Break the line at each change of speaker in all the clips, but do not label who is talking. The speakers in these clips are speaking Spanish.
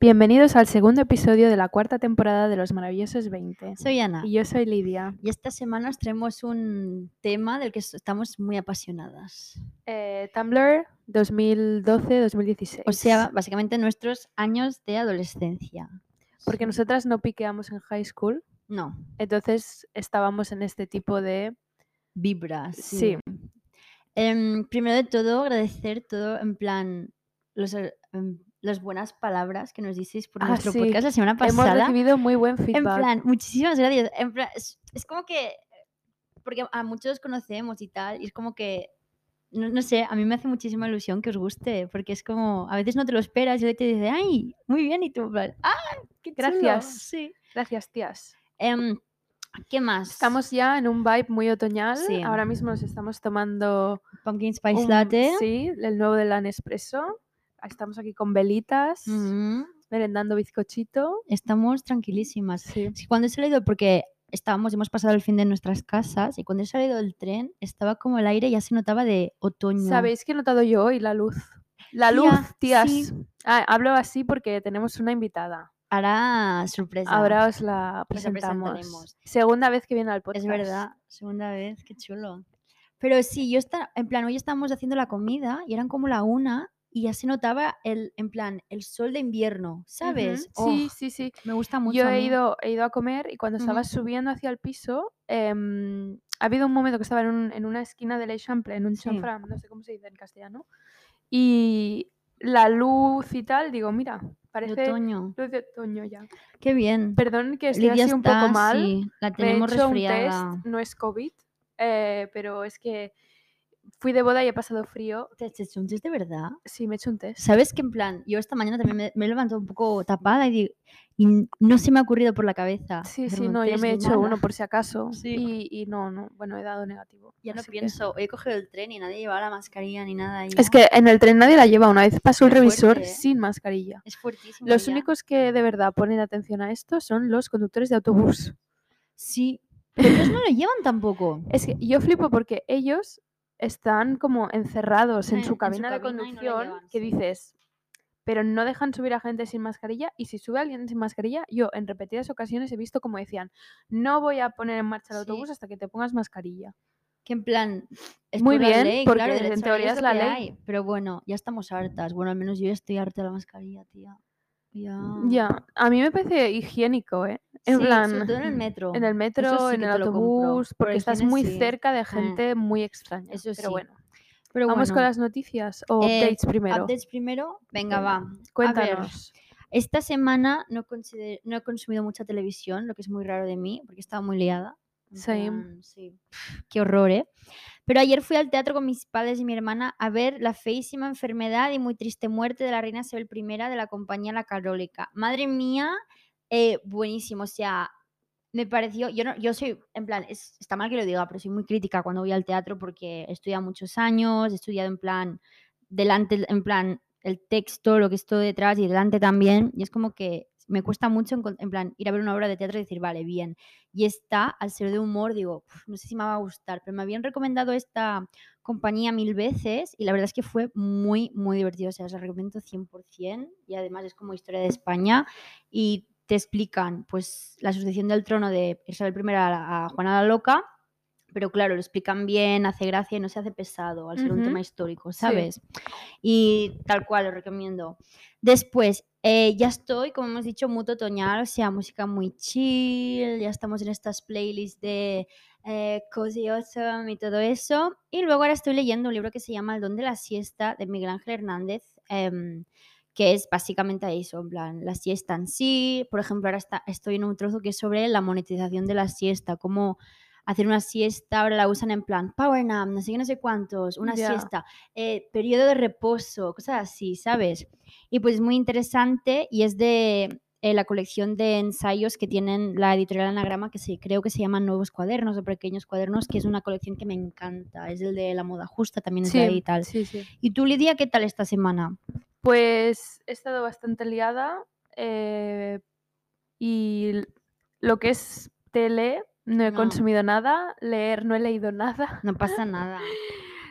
Bienvenidos al segundo episodio de la cuarta temporada de Los Maravillosos 20.
Soy Ana.
Y yo soy Lidia.
Y esta semana os traemos un tema del que so- estamos muy apasionadas.
Eh, Tumblr 2012-2016.
O sea, básicamente nuestros años de adolescencia.
porque nosotras no piqueamos en high school,
No,
entonces estábamos en este tipo de...
vibras.
Sí.
Em, primero de todo, agradecer todo en plan los, eh, em, las buenas palabras que nos disteis por
Ah,
nuestro
sí.
podcast la semana
Hemos
pasada.
recibido muy buen feedback.
En plan, muchísimas gracias. En plan, es, es como que, porque a muchos conocemos y tal, y es como que, no, no sé, a mí me hace muchísima ilusión que os guste, porque es como, a veces no te lo esperas y te dice, ay, muy bien, y tú, en plan, ah, qué chulo".
Gracias.
Sí.
Gracias, tías.
Em, ¿Qué más?
Estamos ya en un vibe muy otoñal.
Sí.
Ahora mismo nos estamos tomando...
Pumpkin Spice
un-
Latte.
Sí, el nuevo de la Nespresso. Estamos aquí con velitas,
Ujú.
merendando bizcochito.
Mm, Estamos tranquilísimas.
Sí.
Sí, cuando he salido, porque estábamos, hemos pasado el fin de nuestras casas, y cuando he salido del tren, estaba como el aire ya se notaba de otoño.
¿Sabéis que he notado yo hoy? La luz. La
Tía,
luz, tías.
sí.
Ah, hablo así porque tenemos una invitada.
Hará sorpresa.
Ahora os la
Os la
presentamos.
presentaremos.
Segunda vez que viene al podcast.
Es verdad, segunda vez, qué chulo. Pero sí, yo está, en plan, hoy estábamos haciendo la comida y eran como la una y ya se notaba el, en plan, el sol de invierno,
Ujú,
¿sabes?
Sí,
Oh,
sí, sí.
me gusta mucho.
Yo
a
he
mí.
ido, he ido a comer y cuando
Ujú.
estaba subiendo hacia el piso, em, ha habido un momento que estaba en, un- en una esquina de Le Chample, en un
Sí.
chanfram, no sé cómo se dice en castellano, y la luz y tal, digo, mira,
de
parece
otoño.
luz de otoño ya.
Qué bien.
Perdón que estoy
Lidia
así un
está,
poco mal,
sí, la
me he
tenemos
hecho un
resfriada.
test, no es COVID, eh, pero es que fui de boda y he pasado frío,
¿Te has hecho un test de verdad?
sí, me he hecho un test.
¿Sabes que en plan, yo esta mañana también me, me he levantado un poco tapada y, digo- y n- no se me ha ocurrido por la cabeza.
Sí,
hacerme
sí,
un
no, yo
test
me he
ni
hecho
nada.
uno por si acaso
Sí.
y, y no, no, bueno, he dado negativo.
Ya no
así que-
pienso, hoy he cogido el tren y nadie llevaba la mascarilla ni nada. y
Es
ya.
que en el tren nadie la lleva. Una vez pasó el
Qué
revisor
fuerte, ¿eh?
sin mascarilla.
es fuertísimo.
Los
ya.
únicos que de verdad ponen atención a esto son los conductores de autobús.
Sí. Pero ellos no lo llevan tampoco.
Es que yo flipo porque ellos están como encerrados en
Sí, en
su
su
cabina de
cabina y no la
conducción
llevan,
que
sí.
dices, pero no dejan subir a gente sin mascarilla y si sube alguien sin mascarilla, yo en repetidas ocasiones he visto como decían, no voy a poner en marcha el
Sí.
autobús hasta que te pongas mascarilla.
Que en plan. Es
Muy
por la
bien,
ley,
porque
claro,
en
derecho a
teoría es
lo
la
que
ley.
hay, Pero bueno, ya estamos hartas. Bueno, al menos yo ya estoy harta de la mascarilla, tía. Ya.
Ya, a mí me parece higiénico, ¿eh? En
Sí,
plan,
sobre todo en el metro.
En el metro,
sí
en
que
el
te lo compro.
autobús,
Por
porque estás
higiene,
muy
sí. Mm.
cerca de gente muy extraña.
eso
Pero
sí.
bueno,
Pero
vamos con
bueno,
las noticias o
Eh,
updates primero.
updates primero. Venga,
Venga,
va.
Cuéntanos.
Esta semana no, consider- no he consumido mucha televisión, lo que es muy raro de mí, porque estaba muy liada. En
Same.
plan, sí. Qué horror, ¿eh? Pero ayer fui al teatro con mis padres y mi hermana a ver la feísima enfermedad y muy triste muerte de la reina Isabel I de la compañía La Carólica. Madre mía, eh, buenísimo. O sea, me pareció, yo no, yo soy, en plan, es- está mal que lo diga, pero soy muy crítica cuando voy al teatro porque he estudiado muchos años, he estudiado en plan, delante, en plan, el texto, lo que es todo detrás y delante también. Y es como que me cuesta mucho, encon- en plan, ir a ver una obra de teatro y decir, vale, bien. Y está, al ser de humor, digo, "Uf, no sé si me va a gustar, pero me habían recomendado esta compañía mil veces y la verdad es que fue muy, muy divertido. O sea, os la recomiendo 100% y además es como historia de España y te explican, pues, la sucesión del trono de Isabel I a, la- a Juana la Loca. Pero claro, lo explican bien, hace gracia y no se hace pesado al ser un
Ujú.
tema histórico,
Sí.
¿sabes? y tal cual lo recomiendo. Después, eh, ya estoy, como hemos dicho, muy otoñal, o sea, música muy chill, ya estamos en estas playlists de eh, Cozy Autumn y todo eso. Y luego ahora estoy leyendo un libro que se llama El don de la siesta de Miguel Ángel Hernández. em, que es básicamente eso, en plan, la siesta en sí, por ejemplo, ahora está, estoy en un trozo que es sobre la monetización de la siesta, cómo hacer una siesta, ahora la usan en plan, power nap, no sé qué, no sé cuántos, una
Ya.
siesta, eh, periodo de reposo, cosas así, ¿sabes? Y pues es muy interesante y es de eh, la colección de ensayos que tienen la editorial Anagrama, que se, creo que se llaman Nuevos Cuadernos o Pequeños Cuadernos, que es una colección que me encanta. Es el de la moda justa, también es de ahí y
Sí,
tal.
sí, sí.
¿Y tú, Lidia, qué tal esta semana?
Pues he estado bastante liada eh, y l- lo que es tele, no he
No.
consumido nada, leer no he leído nada.
No pasa nada.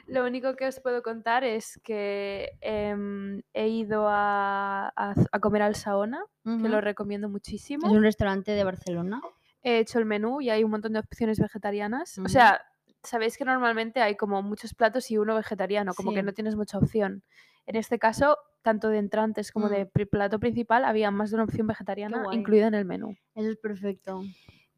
Lo único que os puedo contar es que em, he ido a, a- a comer al Saona, que lo
Ujú.
recomiendo muchísimo.
Es un restaurante de Barcelona.
He hecho el menú y hay un montón de opciones vegetarianas.
Ujú.
O sea, sabéis que normalmente hay como muchos platos y uno vegetariano, como que
Sí.
no tienes mucha opción. En este caso, tanto de entrantes como
Mm.
de pri- plato principal, había más de una opción vegetariana
guay.
incluida en el menú.
Eso es perfecto.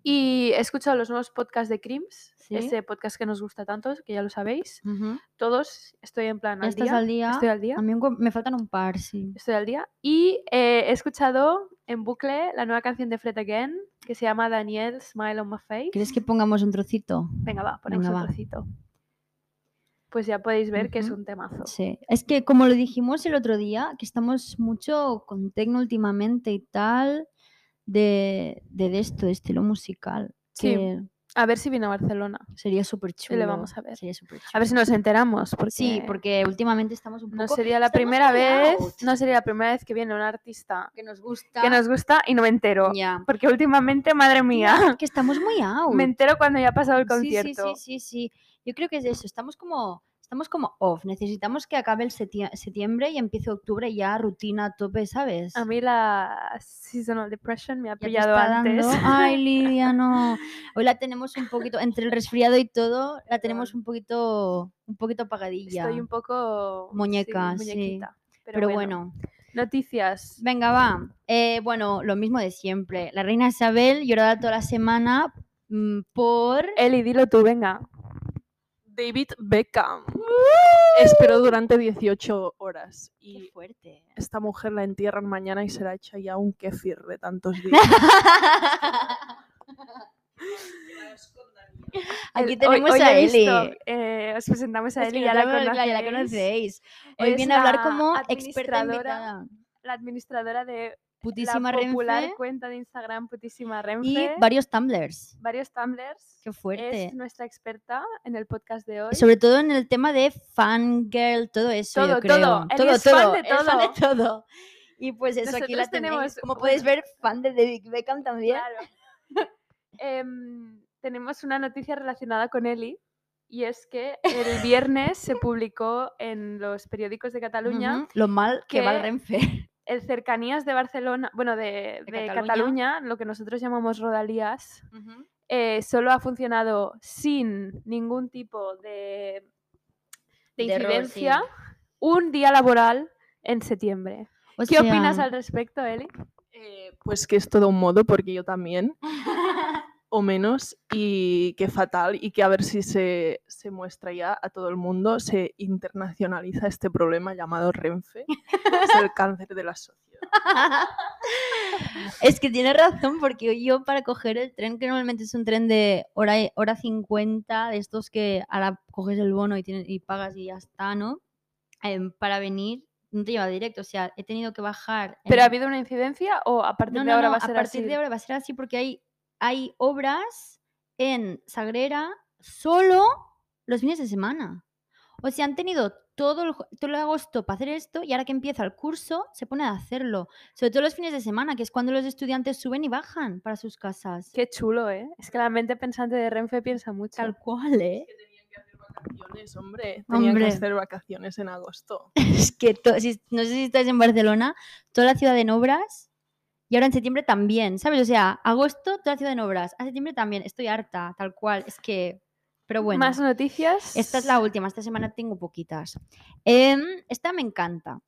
Y he escuchado los nuevos podcasts de Crims,
Sí.
ese podcast que nos gusta tanto, que ya lo sabéis.
Ujú.
Todos estoy en plan
¿Ya
al
estás
día.
al día?
Estoy al día.
A mí un cu- me faltan un par, sí.
Estoy al día. Y eh, he escuchado en bucle la nueva canción de Fred Again, que se llama Daniel Smile on My Face.
¿Quieres que pongamos un trocito?
Venga, va, ponemos
Venga,
un
va.
trocito. Pues ya podéis ver que es
Ujú.
un temazo.
Sí. Es que como lo dijimos el otro día, que estamos mucho con tecno últimamente y tal, de, de, de esto, de estilo musical.
Sí.
que
A ver si viene a Barcelona.
sería súper chulo.
vamos a ver.
Sería superchulo.
A ver si nos enteramos. Porque
Sí, porque últimamente estamos un poco...
no sería la
estamos
primera
muy
vez.
out.
No sería la primera vez que viene un artista
Que nos gusta.
que nos gusta y no me entero.
Ya.
Porque últimamente, madre mía,
Que estamos muy out.
me entero cuando ya ha pasado el
Sí,
concierto.
sí, sí, sí, sí. Yo creo que es eso. Estamos como, estamos como off. Necesitamos que acabe el setie- septiembre y empiece octubre ya rutina a tope, ¿sabes?
A mí la seasonal depression me ha
Ya te
pillado
está
antes.
dando- Ah, Ay, Lidia, no. Hoy la tenemos un poquito, entre el resfriado y todo, la tenemos
Perdón.
un poquito, un poquito apagadilla.
Estoy un poco sí,
Muñeca, sí.
muñequita. Pero,
Pero,
bueno.
bueno.
Noticias.
Venga, va. Eh, bueno, lo mismo de siempre. La reina Isabel llorada toda la semana mm, por...
Eli, dilo tú, venga.
David Beckham. Esperó durante 18 horas
Qué
y
fuerte.
esta mujer la entierran mañana y será hecha ya un kéfir de tantos días.
El-
Aquí
hoy-
tenemos
hoy
a
he
Eli.
visto, eh, os presentamos a
Es que
Eli,
no
ya, la
tenemos- claro, ya la
conocéis.
conocéis. Hoy
Es
viene a hablar
la
como experta
administradora,
invitada.
La administradora de
Putísima
la popular
Renfe
cuenta de Instagram Putísima
y
Renfe.
varios tumblers.
varios tumblers.
Qué fuerte.
Es nuestra experta en el podcast de hoy.
Sobre todo en el tema de fangirl, todo eso,
Todo,
yo creo.
todo. Eli es fan de
es fan de
todo.
todo. Y pues eso, aquí la
Nosotros tenemos
tenemos. Como
un-
podéis ver, fan de David Beckham también.
Claro. Em, tenemos una noticia relacionada con Eli y es que el viernes se publicó en los periódicos de Cataluña
Ujú, Lo mal que, va el
que-
Renfe.
el cercanías de Barcelona, bueno, de,
De
de Cataluña.
Cataluña.
lo que nosotros llamamos rodalías, eh, solo ha funcionado sin ningún tipo de, de
De error, sí.
incidencia un día laboral en septiembre.
O
¿Qué opinas
sea,
al respecto, Eli?
Eh, pues que es todo un modo, porque yo también, o menos, y que fatal, y que a ver si se, se muestra ya a todo el mundo, se internacionaliza este problema llamado Renfe, que es el cáncer de la sociedad.
es que tiene razón, porque yo para coger el tren, que normalmente es un tren de hora, y- hora 50, de estos que ahora coges el bono y, tienes, y pagas y ya está, ¿no? Em, para venir no te lleva directo, o sea, he tenido que bajar. en
¿Pero ha
el-
habido una incidencia o a partir
eh, No,
de
no,
ahora
no,
va a ser
partir
así?
de ahora va a ser así porque hay, hay obras en Sagrera solo los fines de semana. O sea, han tenido todo el, ju- todo el agosto para hacer esto y ahora que empieza el curso se pone a hacerlo. Sobre todo los fines de semana, que es cuando los estudiantes suben y bajan para sus casas.
Qué chulo, ¿eh? Es que la mente pensante de Renfe piensa mucho.
Tal cual, ¿eh?
Es que tenían que hacer vacaciones, hombre. Tenían
Hombre.
que hacer vacaciones en agosto.
Es que to- si- no sé si estáis en Barcelona, toda la ciudad en obras y ahora en septiembre también, ¿sabes? O sea, agosto toda la ciudad en obras, a septiembre también, estoy harta, tal cual, es que... Pero bueno.
Más noticias.
Esta es la última, esta semana tengo poquitas. Em, esta me encanta.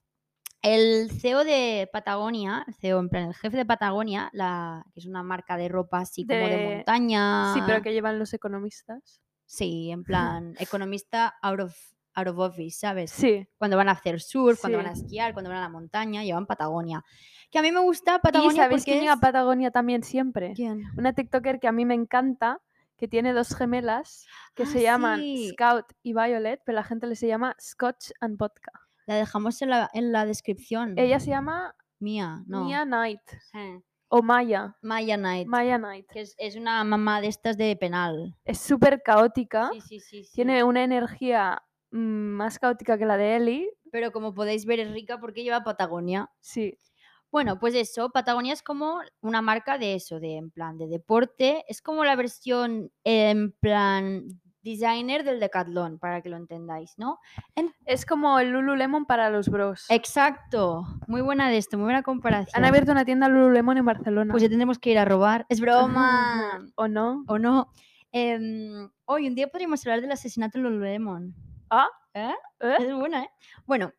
El CEO de Patagonia, el CEO en plan, el jefe de Patagonia, la, que es una marca de ropa así como de
De-
montaña.
Sí, pero que llevan los economistas.
Sí, en plan, economista out of, out of office, ¿sabes?
Sí.
Cuando van a hacer surf, cuando van a
Sí.
esquiar, cuando van a la montaña, llevan Patagonia. Que a mí me gusta
¿Y
Patagonia
sabéis
porque
quién lleva
es-
Patagonia también siempre?
¿Quién?
Una TikToker que a mí me encanta, que tiene dos gemelas que
Ah,
se llaman
sí.
Scout y Violet, pero la gente les llama Scotch and Vodka.
La dejamos en la, en la descripción.
Ella se llama
Mía, Mm. no.
Mia Knight
Eh,
o Maya.
Maya Knight.
Maya Knight.
que es, es una mamá de estas de penal.
Es súper caótica.
Sí, sí, sí, sí.
Tiene una energía mm, más caótica que la de Ellie.
Pero como podéis ver es rica porque lleva Patagonia.
Sí.
Bueno, pues eso, Patagonia es como una marca de eso, de en plan de deporte. Es como la versión en plan designer del Decathlon, para que lo entendáis, ¿no?
Es como el Lululemon para los bros.
Exacto. Muy buena de esto, muy buena comparación.
Han abierto una tienda Lululemon en Barcelona.
Pues ya tendremos que ir a robar. Es broma.
¿O no?
¿O no? Em, hoy un día podríamos hablar del asesinato en Lululemon.
Ah.
¿Eh?
¿Eh?
Es buena, ¿eh? Bueno,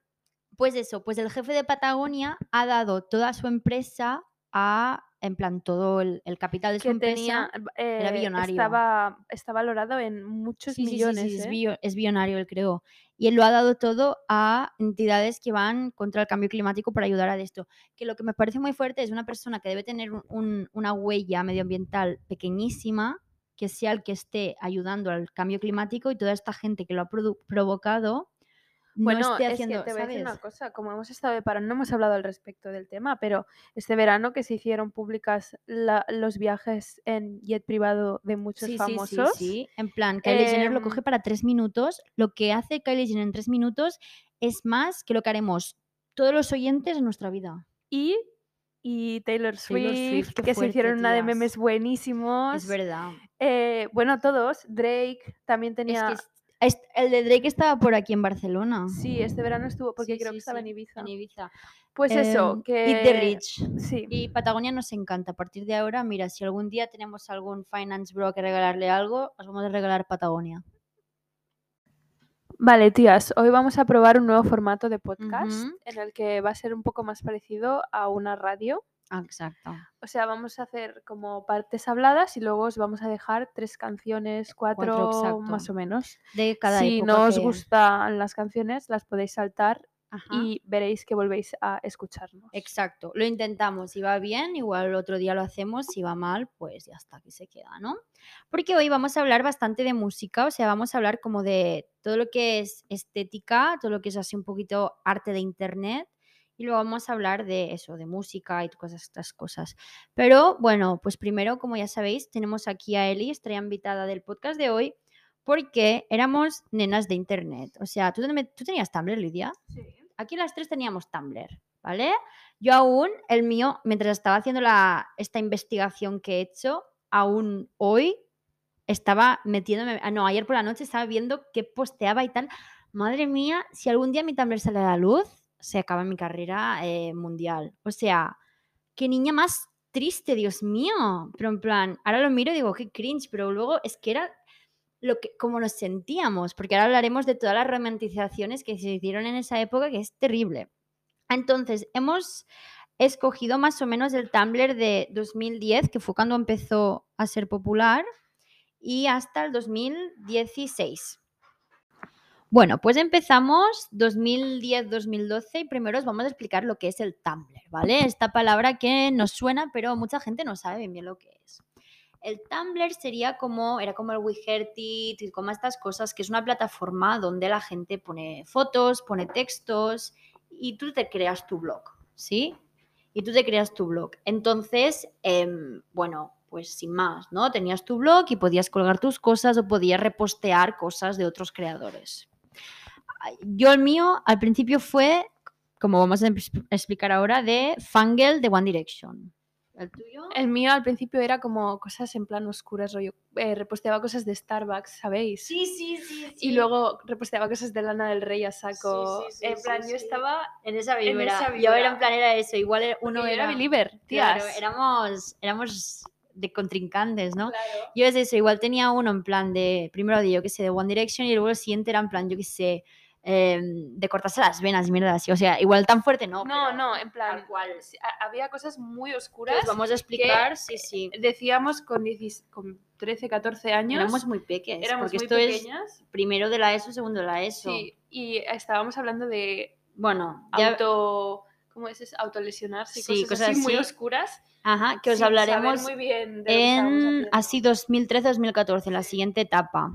pues eso, pues el jefe de Patagonia ha dado toda su empresa a, en plan, todo el, el capital de su
Que
empresa.
tenía. eh,
era billonario.
Estaba, está valorado en muchos
Sí, sí, sí,
millones.
sí, es,
¿eh?
billo- es billonario, él creó. Y él lo ha dado todo a entidades que van contra el cambio climático para ayudar a esto. Que lo que me parece muy fuerte es una persona que debe tener un- un- una huella medioambiental pequeñísima, que sea el que esté ayudando al cambio climático y toda esta gente que lo ha produ- provocado no esté
es que
haciendo,
te voy a decir una
¿sabes?
cosa, como hemos estado de parón, no hemos hablado al respecto del tema, pero este verano que se hicieron públicas la- los viajes en jet privado de muchos famosos,
Sí, sí, En plan, Kylie Jenner lo
Em,
coge para tres minutos. Lo que hace Kylie Jenner en tres minutos es más que lo que haremos todos los oyentes en nuestra vida.
Y, y Taylor Swift,
Taylor Swift, qué
que se
fuerte,
hicieron una de
tías.
memes buenísimos.
Es verdad.
Eh, bueno, todos, Drake también
Es
tenía...
que es- es- el de Drake estaba por aquí en Barcelona.
Sí, este verano estuvo, porque
Sí,
creo que
sí,
estaba
sí,
en Ibiza.
En Ibiza.
Pues eso,
Em,
que...
Eat the Rich.
Sí.
Y Patagonia nos encanta. A partir de ahora, mira, si algún día tenemos algún finance bro que regalarle algo, os vamos a regalar Patagonia.
Vale, tías, hoy vamos a probar un nuevo formato de podcast
Ujú.
en el que va a ser un poco más parecido a una radio.
Ah, exacto.
O sea, vamos a hacer como partes habladas y luego os vamos a dejar tres canciones, cuatro,
exacto.
más o menos.
De cada
si
época
no os
que-
gustan las canciones, las podéis saltar
Ajá.
y veréis que volvéis a escucharnos.
Exacto, lo intentamos, si va bien, igual otro día lo hacemos, si va mal, pues ya está, que se queda, ¿no? Porque hoy vamos a hablar bastante de música, o sea, vamos a hablar como de todo lo que es estética, todo lo que es así un poquito arte de internet, y luego vamos a hablar de eso, de música y cosas, estas cosas. Pero bueno, pues primero, como ya sabéis, tenemos aquí a Eli, estrella invitada del podcast de hoy, porque éramos nenas de internet. O sea, ¿tú, también- tú tenías Tumblr, Lidia? aquí las tres teníamos Tumblr, ¿vale? Yo aún, el mío, mientras estaba haciendo la, esta investigación que he hecho, aún hoy estaba metiéndome, ah, no, ayer por la noche estaba viendo qué posteaba y tal. Madre mía, si algún día mi Tumblr sale a la luz, se acaba mi carrera eh, mundial. O sea, qué niña más triste, Dios mío. Pero en plan, ahora lo miro y digo, qué cringe, pero luego es que era lo que, como nos sentíamos, porque ahora hablaremos de todas las romantizaciones que se hicieron en esa época, que es terrible. Entonces, hemos escogido más o menos el Tumblr de 2010, que fue cuando empezó a ser popular, y hasta el 2016. Bueno, pues empezamos 2010-2012 y primero os vamos a explicar lo que es el Tumblr, ¿vale? Esta palabra que nos suena, pero mucha gente no sabe bien bien lo que es. El Tumblr sería como, era como el Wihertit y como estas cosas, que es una plataforma donde la gente pone fotos, pone textos y tú te creas tu blog, ¿sí? Y tú te creas tu blog. Entonces, em, bueno, pues sin más, ¿no? Tenías tu blog y podías colgar tus cosas o podías repostear cosas de otros creadores. Ay, Yo el mío al principio fue, como vamos a expl- explicar ahora, de Fangirl de One Direction. ¿El tuyo?
El mío al principio era como cosas en plan oscuras, rollo. eh, reposteaba cosas de Starbucks, ¿sabéis?
Sí, sí, sí.
Y luego reposteaba cosas de Lana del Rey a saco.
sí, sí,
en
sí,
plan,
sí.
yo estaba.
En esa vibra.
esa
Yo
vibra.
era en plan, era eso. Igual era- uno
yo
era.
era believer, tías.
claro, éramos, éramos de contrincantes, ¿no?
Claro.
Yo es eso. Igual tenía uno en plan de. Primero de, yo qué sé, de One Direction y luego el siguiente era en plan, yo qué sé, em, de cortarse las venas y mierda así. O sea, igual tan fuerte no.
No,
pero
no, en plan.
Tal cual.
sí, ha- Había cosas muy
Que
oscuras.
os vamos a explicar, sí, sí.
Decíamos con, 10 con 13, 14 años.
Éramos muy pequeños.
éramos
porque
muy
esto
pequeñas.
es primero de la ESO, segundo de la ESO.
Sí, y estábamos hablando de
Bueno, ya,
auto. ¿Cómo es eso? Autolesionarse y
Sí,
cosas,
cosas
así muy
así.
oscuras.
ajá, que os
sin saber
hablaremos
muy bien de lo que estábamos
en así
haciendo.
2013-2014, la siguiente etapa.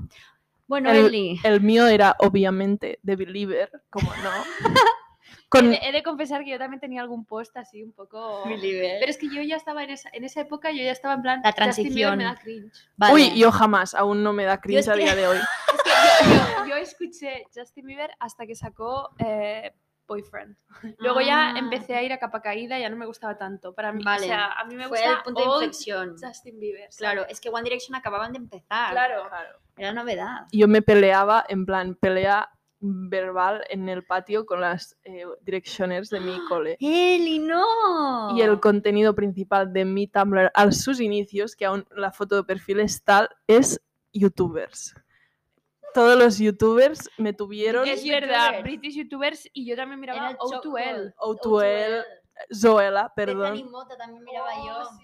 Bueno,
El-
Eli,
El mío era obviamente The Believer, como no.
He
Con,
de- He de confesar que yo también tenía algún post así un poco. Pero
Believer.
es que yo ya estaba en esa, en esa época, yo ya estaba en plan.
La
"Justin Bieber
transición.
me da cringe.
Vale.
Uy, yo jamás, aún no me da cringe
Yo
a
es que-
día de hoy.
Es que yo, yo- yo escuché Justin Bieber hasta que sacó eh, Boyfriend. Luego ya
Ah,
empecé a ir a capa caída, ya no me gustaba tanto. Para mí,
Vale.
o sea, a mí me
Fue
gusta
el punto de
old
inflexión.
Justin Bieber. ¿sabes?
Claro, es que One Direction acababan de empezar.
Claro.
Era novedad.
yo me peleaba en plan pelea verbal en el patio con las eh, direcciones de mi cole.
¡Eli, no!
Y el contenido principal de mi Tumblr a sus inicios, que aún la foto de perfil es tal, es youtubers. Todos los youtubers me tuvieron
Es
British
verdad,
youtubers.
British YouTubers y yo también miraba
Era
O2L.
O2L, Zoela,
Bethany
perdón,
Mota también miraba yo.
Oh,
Oh,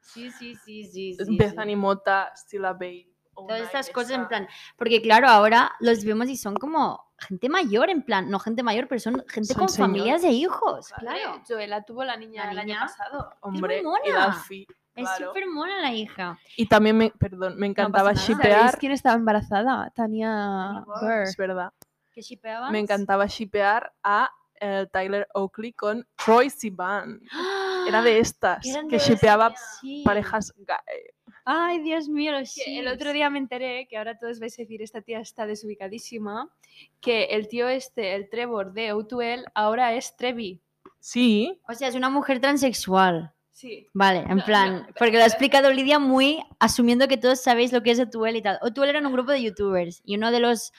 Sí, sí, sí, sí. sí, sí.
Bethany Mota, Stila Babe. oh
Todas estas cosas en plan, porque claro, ahora los vemos y son como gente mayor, en plan, no gente mayor, pero son gente
Son
con
señores.
familias e hijos,
Hombre,
claro.
Joela tuvo la niña,
La
el
niña.
año pasado.
Hombre,
mona.
y Alfie,
Es
claro.
súper mona la hija.
Y también me, perdón, me encantaba
nada.
¿Sabéis
shipear.
quién estaba embarazada? Tania
Tania Burr.
Burr.
Es verdad.
¿Qué shipeabas?
Me encantaba shipear a eh, Tyler Oakley con Troy Sivan.
¡Ah!
Era de estas
Eran
que
de esas,
shipeaba
sí.
parejas gay.
Ay, Dios mío, los
Que El otro
ships.
día me enteré, que ahora todos vais a decir, esta tía está desubicadísima, que el tío este, el Trevor de O2L, ahora es Trevi.
Sí,
O sea, es una mujer transexual.
Sí.
Vale, en
No,
plan,
no,
porque lo ha explicado Lidia muy asumiendo que todos sabéis lo que es Otuel y tal. Otuel era un grupo de youtubers y uno de los,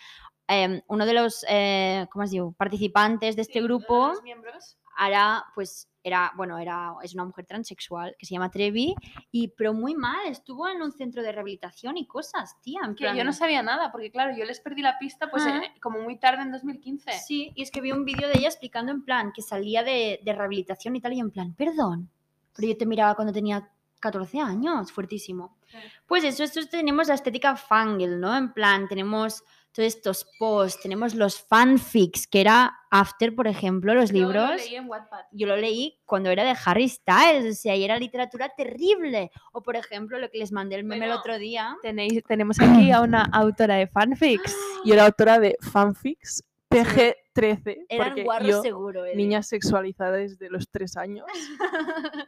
em, uno de los, eh, ¿cómo os digo? Participantes de este grupo
miembros.
ahora, pues, era, bueno, era, es una mujer transexual que se llama Trevi y, pero muy mal, estuvo en un centro de rehabilitación y cosas, tía, en
Que yo
plan-
no sabía nada, porque claro, yo les perdí la pista pues
Ah.
eh, como muy tarde en 2015.
Sí, y es que vi un vídeo de ella explicando en plan que salía de, de rehabilitación y tal, y en plan, perdón, pero yo te miraba cuando tenía 14 años, fuertísimo.
Sí.
Pues eso, esto tenemos la estética fangirl, ¿no? En plan, tenemos todos estos posts, tenemos los fanfics, que era After, por ejemplo, los
Yo lo
libros.
leí en Wattpad.
Yo lo leí cuando era de Harry Styles, o sea, y era literatura terrible. O, por ejemplo, lo que les mandé el meme el
Bueno.
otro día.
Tenéis, tenemos aquí a una autora de fanfics.
y era autora de fanfics PG-13.
Eran
Porque
guarros
yo,
seguro. ¿eh? Ede.
niña sexualizada desde los tres años,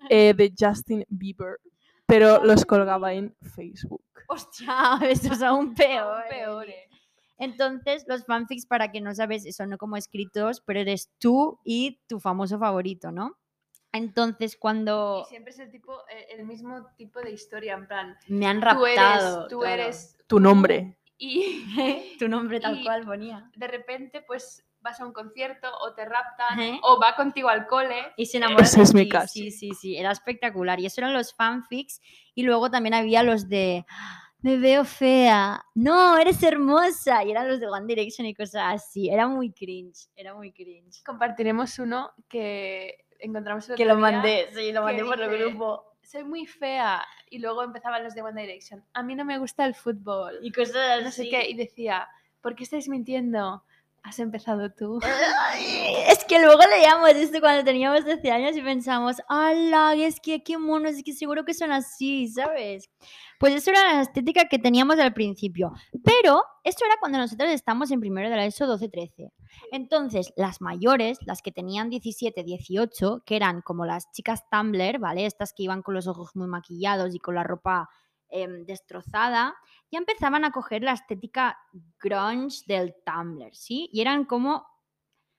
eh, de Justin Bieber, pero los colgaba en Facebook.
Hostia, esto es aún peor.
Aún peor,
Eli.
eh.
Entonces, los fanfics, para que no sabes, son como escritos, pero eres tú y tu famoso favorito, ¿no? Entonces,
Y
cuando
siempre es el, tipo, eh, el mismo tipo de historia, en plan,
me han
tú eres,
raptado.
tú
todo.
eres...
Tu nombre.
Y
Tu nombre tal
y-
cual ponía.
de repente pues vas a un concierto o te raptan
Ajá.
o va contigo al cole.
Y se enamoró
Ese
de
es mi
ti,
caso.
Sí, sí, sí, era espectacular. Y eso eran los fanfics. Y luego también había los de "Ah, me veo fea, no, eres hermosa. Y eran los de One Direction y cosas así. Era muy cringe, era muy cringe.
Compartiremos uno que encontramos el
Que
otro
lo
día.
mandé, sí, lo
que
mandé por el
dije,
grupo.
Soy muy fea. Y luego empezaban los de One Direction. A mí no me gusta el fútbol.
y cosas
No sé
así.
qué. Y decía, ¿por qué estáis mintiendo? Has empezado tú.
Ay, Es que luego leíamos esto cuando teníamos 12 años y pensamos, ala, es que qué monos, es que seguro que son así, ¿sabes? Pues eso era la estética que teníamos al principio. Pero esto era cuando nosotros estamos en primero de la ESO 12-13. Entonces, las mayores, las que tenían 17, 18, que eran como las chicas Tumblr, ¿vale? Estas que iban con los ojos muy maquillados y con la ropa em, destrozada, ya empezaban a coger la estética grunge del Tumblr, ¿sí? Y eran como,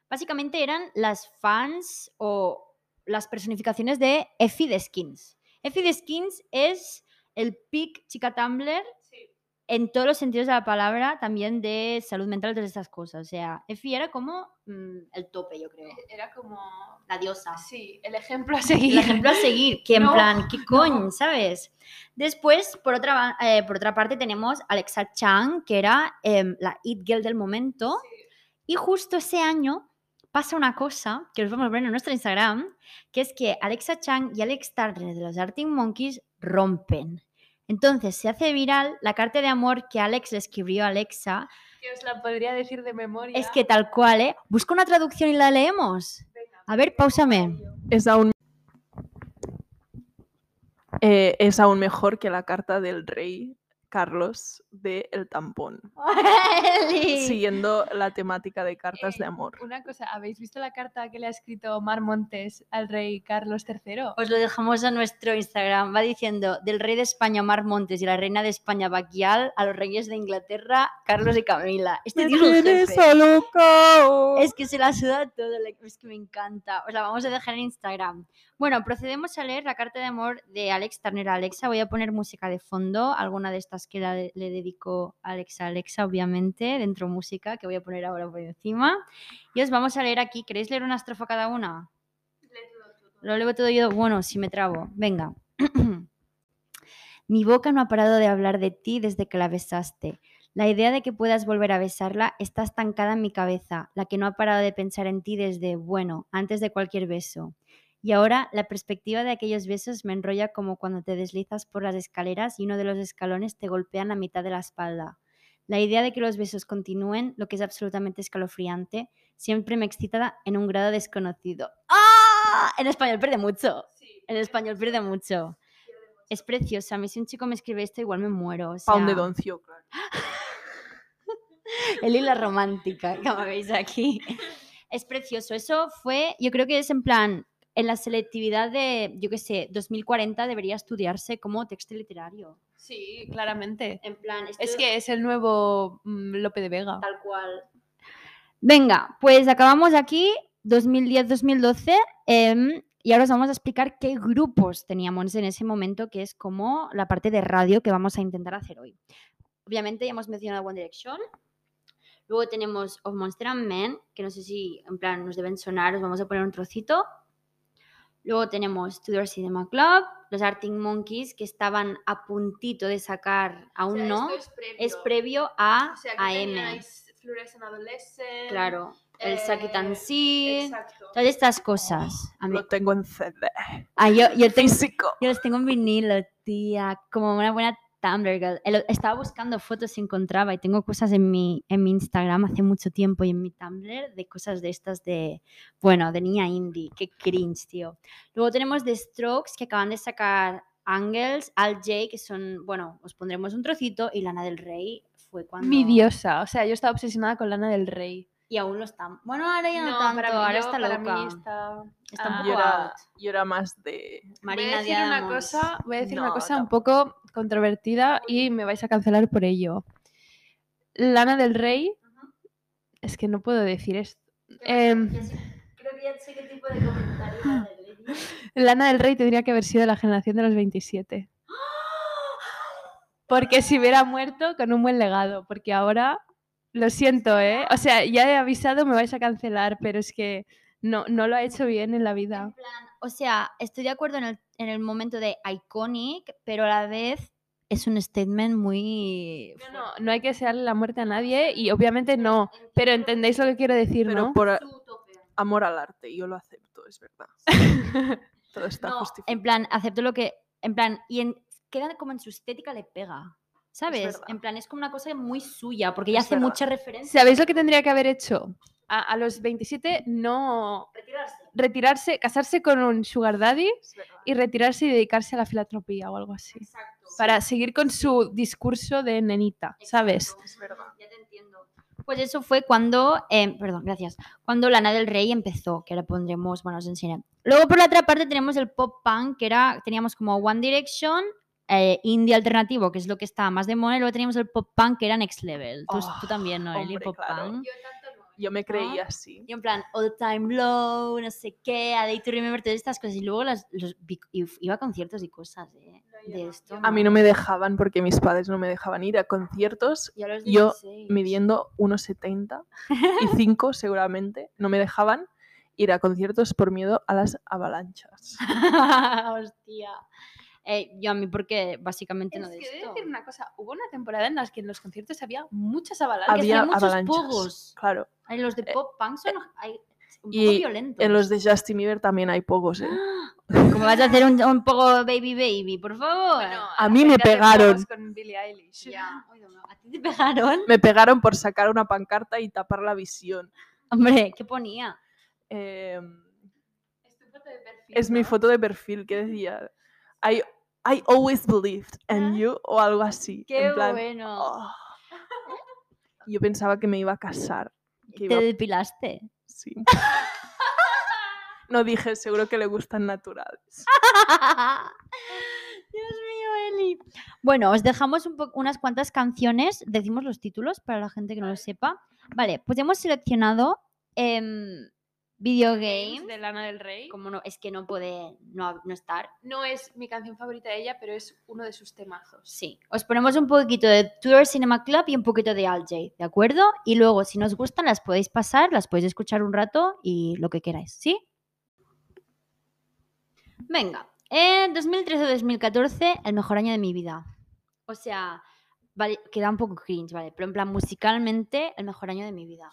básicamente eran las fans o las personificaciones de Effie de Skins. Effie de Skins es el pick chica Tumblr en todos los sentidos de la palabra, también de salud mental, todas estas cosas. O sea, Effie era como mm, el tope, yo creo.
Era como...
La diosa.
Sí, el ejemplo a seguir.
El ejemplo a seguir, que en
No,
plan, ¿qué coño, sabes? Después, por otra, ba- eh, por otra parte, tenemos Alexa Chang, que era em, la it girl del momento. Y justo ese año pasa una cosa que os vamos a ver en nuestro Instagram, que es que Alexa Chang y Alex Turner de los Arctic Monkeys rompen. Entonces se hace viral la carta de amor que Alex le escribió a Alexa.
Que os la podría decir de memoria.
Es que tal cual, ¿eh? Busca una traducción y la leemos.
Venga,
A ver, pausame.
Es aún, eh, es aún mejor que la carta del rey Carlos de El Tampón,
Eli.
siguiendo la temática de cartas de
Eh,
amor.
Una cosa, ¿habéis visto la carta que le ha escrito Omar Montes al rey Carlos III?
Os lo dejamos a nuestro Instagram. Va diciendo del rey de España Mar Montes y la reina de España Baquial a los reyes de Inglaterra Carlos y Camila. Este tío es un jefe. Es que se la suda todo, like, es que me encanta. Os la vamos a dejar en Instagram. Bueno, procedemos a leer la carta de amor de Alex Turner a Alexa. Voy a poner música de fondo, alguna de estas podcast que la de- le dedicó Alexa Alexa, obviamente, dentro música, que voy a poner ahora por encima. Y os vamos a leer aquí. ¿Queréis leer una estrofa cada una? Lo leo todo yo. Bueno, si me trabo. Venga. Mi boca no ha parado de hablar de ti desde que la besaste. La idea de que puedas volver a besarla está estancada en mi cabeza, la que no ha parado de pensar en ti desde, bueno, antes de cualquier beso. Y ahora la perspectiva de aquellos besos me enrolla como cuando te deslizas por las escaleras y uno de los escalones te golpea en la mitad de la espalda. La idea de que los besos continúen, lo que es absolutamente escalofriante, siempre me excita en un grado desconocido. ¡Ah! En español pierde mucho. En español pierde mucho. Es preciosa. A mí si un chico me escribe esto igual me muero. O sea,
Pound de Doncio, claro.
el hilo romántica, como veis aquí. Es precioso. Eso fue, yo creo que es en plan, en la selectividad de, yo qué sé, 2040 debería estudiarse como texto literario.
Sí, claramente.
En plan, esto-
Es que es el nuevo mm, Lope de Vega.
tal cual. Venga, pues acabamos aquí, 2010-2012, em, y ahora os vamos a explicar qué grupos teníamos en ese momento, que es como la parte de radio que vamos a intentar hacer hoy. Obviamente ya hemos mencionado One Direction, luego tenemos Of Monster and Men, que no sé si en plan nos deben sonar, os vamos a poner un trocito. Luego tenemos Tudor Cinema Club, los Arctic Monkeys, que estaban a puntito de sacar, aún no es previo a AM.
Florecen Adolescent. eh,
Claro, el Sakit and Sit,
Exacto.
todas estas cosas. A mí-
Lo tengo en CD.
Ah, yo, yo tengo-
Físico.
yo los tengo en vinilo, tía, como una buena Tumblr girl. El- Estaba buscando fotos y encontraba, y tengo cosas en mi, en mi Instagram hace mucho tiempo y en mi Tumblr de cosas de estas de, bueno, de niña indie. Qué cringe, tío. Luego tenemos The Strokes, que acaban de sacar Angles, Al J, que son, bueno, os pondremos un trocito, y Lana del Rey fue cuando...
Mi diosa. O sea, yo estaba obsesionada con Lana del Rey.
Y aún lo están. Bueno, ahora ya no, tanto, ahora
yo-
está
para
loca.
mí está...
Está un
Ah.
poco
Yo era,
out.
yo era más de.
Marina
voy a decir
de
una
Adams.
cosa, voy a decir una
No,
cosa un
no.
poco controvertida y me vais a cancelar por ello. Lana del Rey, es que no puedo decir esto. Em,
Creo que ya sé qué tipo de comentario va a haber, ¿eh?
Lana del Rey tendría que haber sido de la generación de los 27.
¡Ah!
Porque si hubiera muerto con un buen legado, porque ahora lo siento, ¿eh? O sea, ya he avisado, me vais a cancelar, pero es que no, no lo ha hecho bien en la vida.
En plan, o sea, estoy de acuerdo en el, en el momento de iconic, pero a la vez es un statement muy...
No, no, no hay que desearle la muerte a nadie y obviamente no, pero entendéis lo que quiero decir,
Pero
¿no?
por a-
Su tope.
amor al arte, yo lo acepto, es verdad. Todo está
No,
justificado.
en plan, acepto lo que... En plan, y en, queda como en su estética le pega. ¿Sabes?
verdad.
En plan, es como una cosa muy suya, porque ya
Es
hace
verdad.
mucha referencia.
¿Sabéis lo que tendría que haber hecho? A, a los 27, no
Retirarse.
retirarse, casarse con un sugar daddy
Es verdad.
y retirarse y dedicarse a la filantropía o algo así.
Exacto.
Para seguir con su discurso de nenita, ¿sabes?
Exacto, Ya te entiendo. Pues eso fue cuando, eh, perdón, gracias, cuando Lana del Rey empezó, que ahora pondremos, bueno, os enseñaré. Luego por la otra parte tenemos el pop punk, que era, teníamos como One Direction, eh, indie alternativo, que es lo que estaba más de moda, y luego teníamos el pop punk, que era Next Level. Tú,
Oh,
tú también, ¿no? El
hombre,
pop
claro.
punk.
Yo me
Ah,
creía así.
Y en plan, All Time Low, no sé qué, A Day to Remember, todas estas cosas. Y luego las, los vi- iba a conciertos y cosas eh, de esto.
A mí no me dejaban porque mis padres no me dejaban ir a conciertos
Yo, a los
yo
16.
midiendo 1,70 y 5 seguramente. No me dejaban ir a conciertos por miedo a las avalanchas.
Hostia. Eh, yo a mí porque básicamente no de
que
esto.
decir una cosa, hubo una temporada en la que en los conciertos había muchas avalanchas. Había...
Había- hay muchos
avalanchas.
pogos.
Claro.
Ay, los de
Eh,
pop punk son ay, un
y
poco violentos.
En los de Justin Bieber también hay pocos, ¿eh?
¿Cómo vas a hacer un, un poco baby baby, por favor?
A mí me pegaron.
Con Billie Eilish.
Ya. Ay, no, ¿A ti te pegaron?
Me pegaron por sacar una pancarta y tapar la visión.
Hombre, ¿qué ponía?
Eh,
Es tu foto de perfil,
es mi
¿no?
foto de perfil que decía I, I always believed in you o algo así.
Qué
en plan,
bueno.
"Oh". Yo pensaba que me iba a casar. Que
Te
iba,
depilaste.
sí. No dije, seguro que le gustan naturales.
Ah, Dios mío, Eli. Bueno, os dejamos un po- unas cuantas canciones. Decimos los títulos para la gente que no lo sepa. Vale, pues hemos seleccionado em, Videogames.
de Lana del Rey.
Como no, es que no puede no, no estar.
No es mi canción favorita de ella, pero es uno de sus temazos.
Sí. Os ponemos un poquito de Tour Cinema Club y un poquito de Al J, ¿de acuerdo? Y luego, si nos gustan, las podéis pasar, las podéis escuchar un rato y lo que queráis, ¿sí? Venga, en 2013-2014, el mejor año de mi vida. O sea, vale, queda un poco cringe, ¿vale? Pero en plan, musicalmente, el mejor año de mi vida.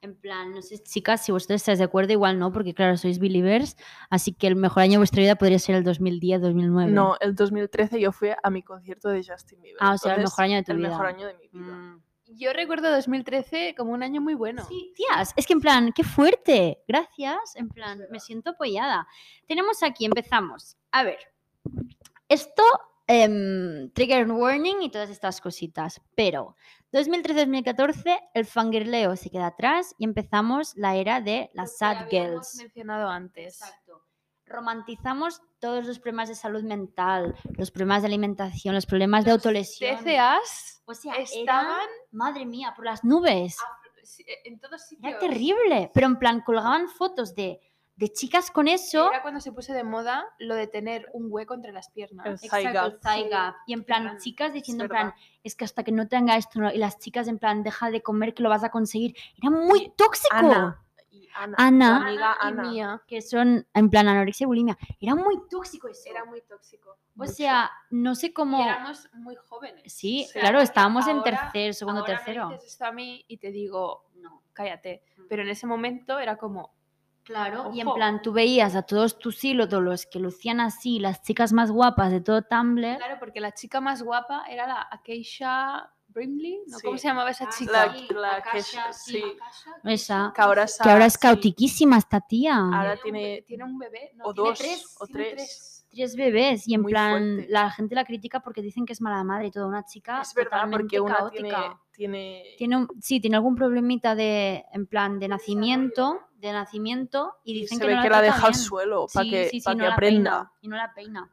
En plan, no sé, chicas, si vosotros estáis de acuerdo, igual no, porque claro, sois believers, así que el mejor año de vuestra vida podría ser el 2010-2009.
No, el 2013 yo fui a mi concierto de Justin Bieber.
Ah, o sea, el
entonces,
mejor año de tu
el
vida.
mejor año de mi vida.
Mm.
Yo recuerdo 2013 como un año muy bueno.
Sí, tías, es que en plan, qué fuerte. Gracias, en plan, me siento apoyada. Tenemos aquí, empezamos. A ver, esto, em, trigger warning y todas estas cositas, pero 2013-2014 el fangirleo se queda atrás y empezamos la era de
Lo
las
que
sad
habíamos
girls.
mencionado antes.
Exacto. Romantizamos todos los problemas de salud mental, los problemas de alimentación, los problemas de
Los
autolesión.
TCAs
O sea, estaban,
estaban eh,
madre mía, por las nubes.
en todos sitios.
Era terrible, pero en plan colgaban fotos de, de chicas con eso.
Era cuando se puso de moda lo de tener un hueco entre las piernas.
Es- Thigh
Exacto,
gap.
thigh
Sí,
gap. Y en
verdad,
plan, chicas diciendo en plan,
verdad.
es que hasta que no tenga esto, no", y las chicas en plan, deja de comer que lo vas a conseguir. Era muy tóxico.
Ana. Y Ana.
Ana.
tu amiga Ana.
y mía.
Que son en plan anorexia y bulimia. Era muy tóxico eso.
Era muy tóxico.
o
mucho.
sea, no sé
Y
cómo.
éramos muy jóvenes.
Sí,
o sea,
claro, estábamos en
ahora-
tercer, segundo,
Ahora
tercero.
Me dices esto a mí y te digo,
No.
cállate. Pero en ese momento era como,
Claro, y en
Ojo.
plan, tú veías a todos tus ídolos que lucían así, las chicas más guapas de todo Tumblr.
claro, porque la chica más guapa era la Akeisha Brimley, ¿no? ¿Cómo
Sí.
se llamaba esa
Ah,
chica?
La,
Sí,
la que
Akasha,
es- sí.
sí.
Akasha,
Esa.
Akasha,
Que ahora,
Que ahora es
sí.
cautiquísima esta tía.
Ahora
un
tiene-
be- tiene un bebé, no,
o
tiene
dos,
tres,
o
tiene
tres.
Tres bebés y en
Muy
plan
fuerte.
la gente la critica porque dicen que es mala madre y toda una chica
Es verdad, porque
totalmente
una tiene,
caótica.
tiene,
Tiene un- sí, tiene algún problemita de en plan de nacimiento, de nacimiento y dicen
se
que
ve
no
que la
trata
deja al
bien.
suelo para
Sí,
que,
sí, sí,
pa'
no
que
la
aprenda.
peina, y no la peina.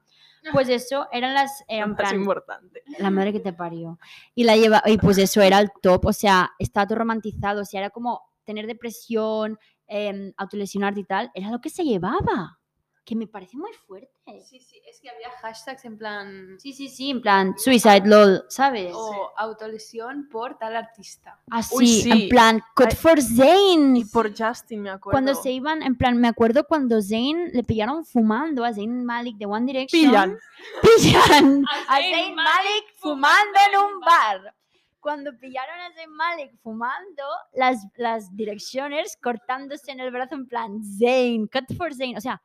Pues eso eran las
Es
eran
más
plan,
importante.
la madre que te parió. Y la lleva, y pues eso era el top, o sea, estaba todo romantizado, o sea, era como tener depresión, em, autolesionarte y tal, era lo que se llevaba, que me parece muy fuerte.
Sí, sí, es que había hashtags en plan
Sí, sí, sí, en plan, suicide lol, ¿sabes?
o autolesión por tal artista.
Oh. Así,
Uy, sí.
en plan, cut
Ay.
for Zane.
Y por Justin, me acuerdo.
Cuando se iban, en plan, me acuerdo cuando Zayn le pillaron fumando a Zayn Malik de One Direction.
pillan.
pillan
A
a
Zayn Malik
Zayn Malik fumando en un bar. Cuando pillaron a Zayn Malik fumando, las, las directioners cortándose en el brazo en plan Zayn, cut for Zayn. O sea,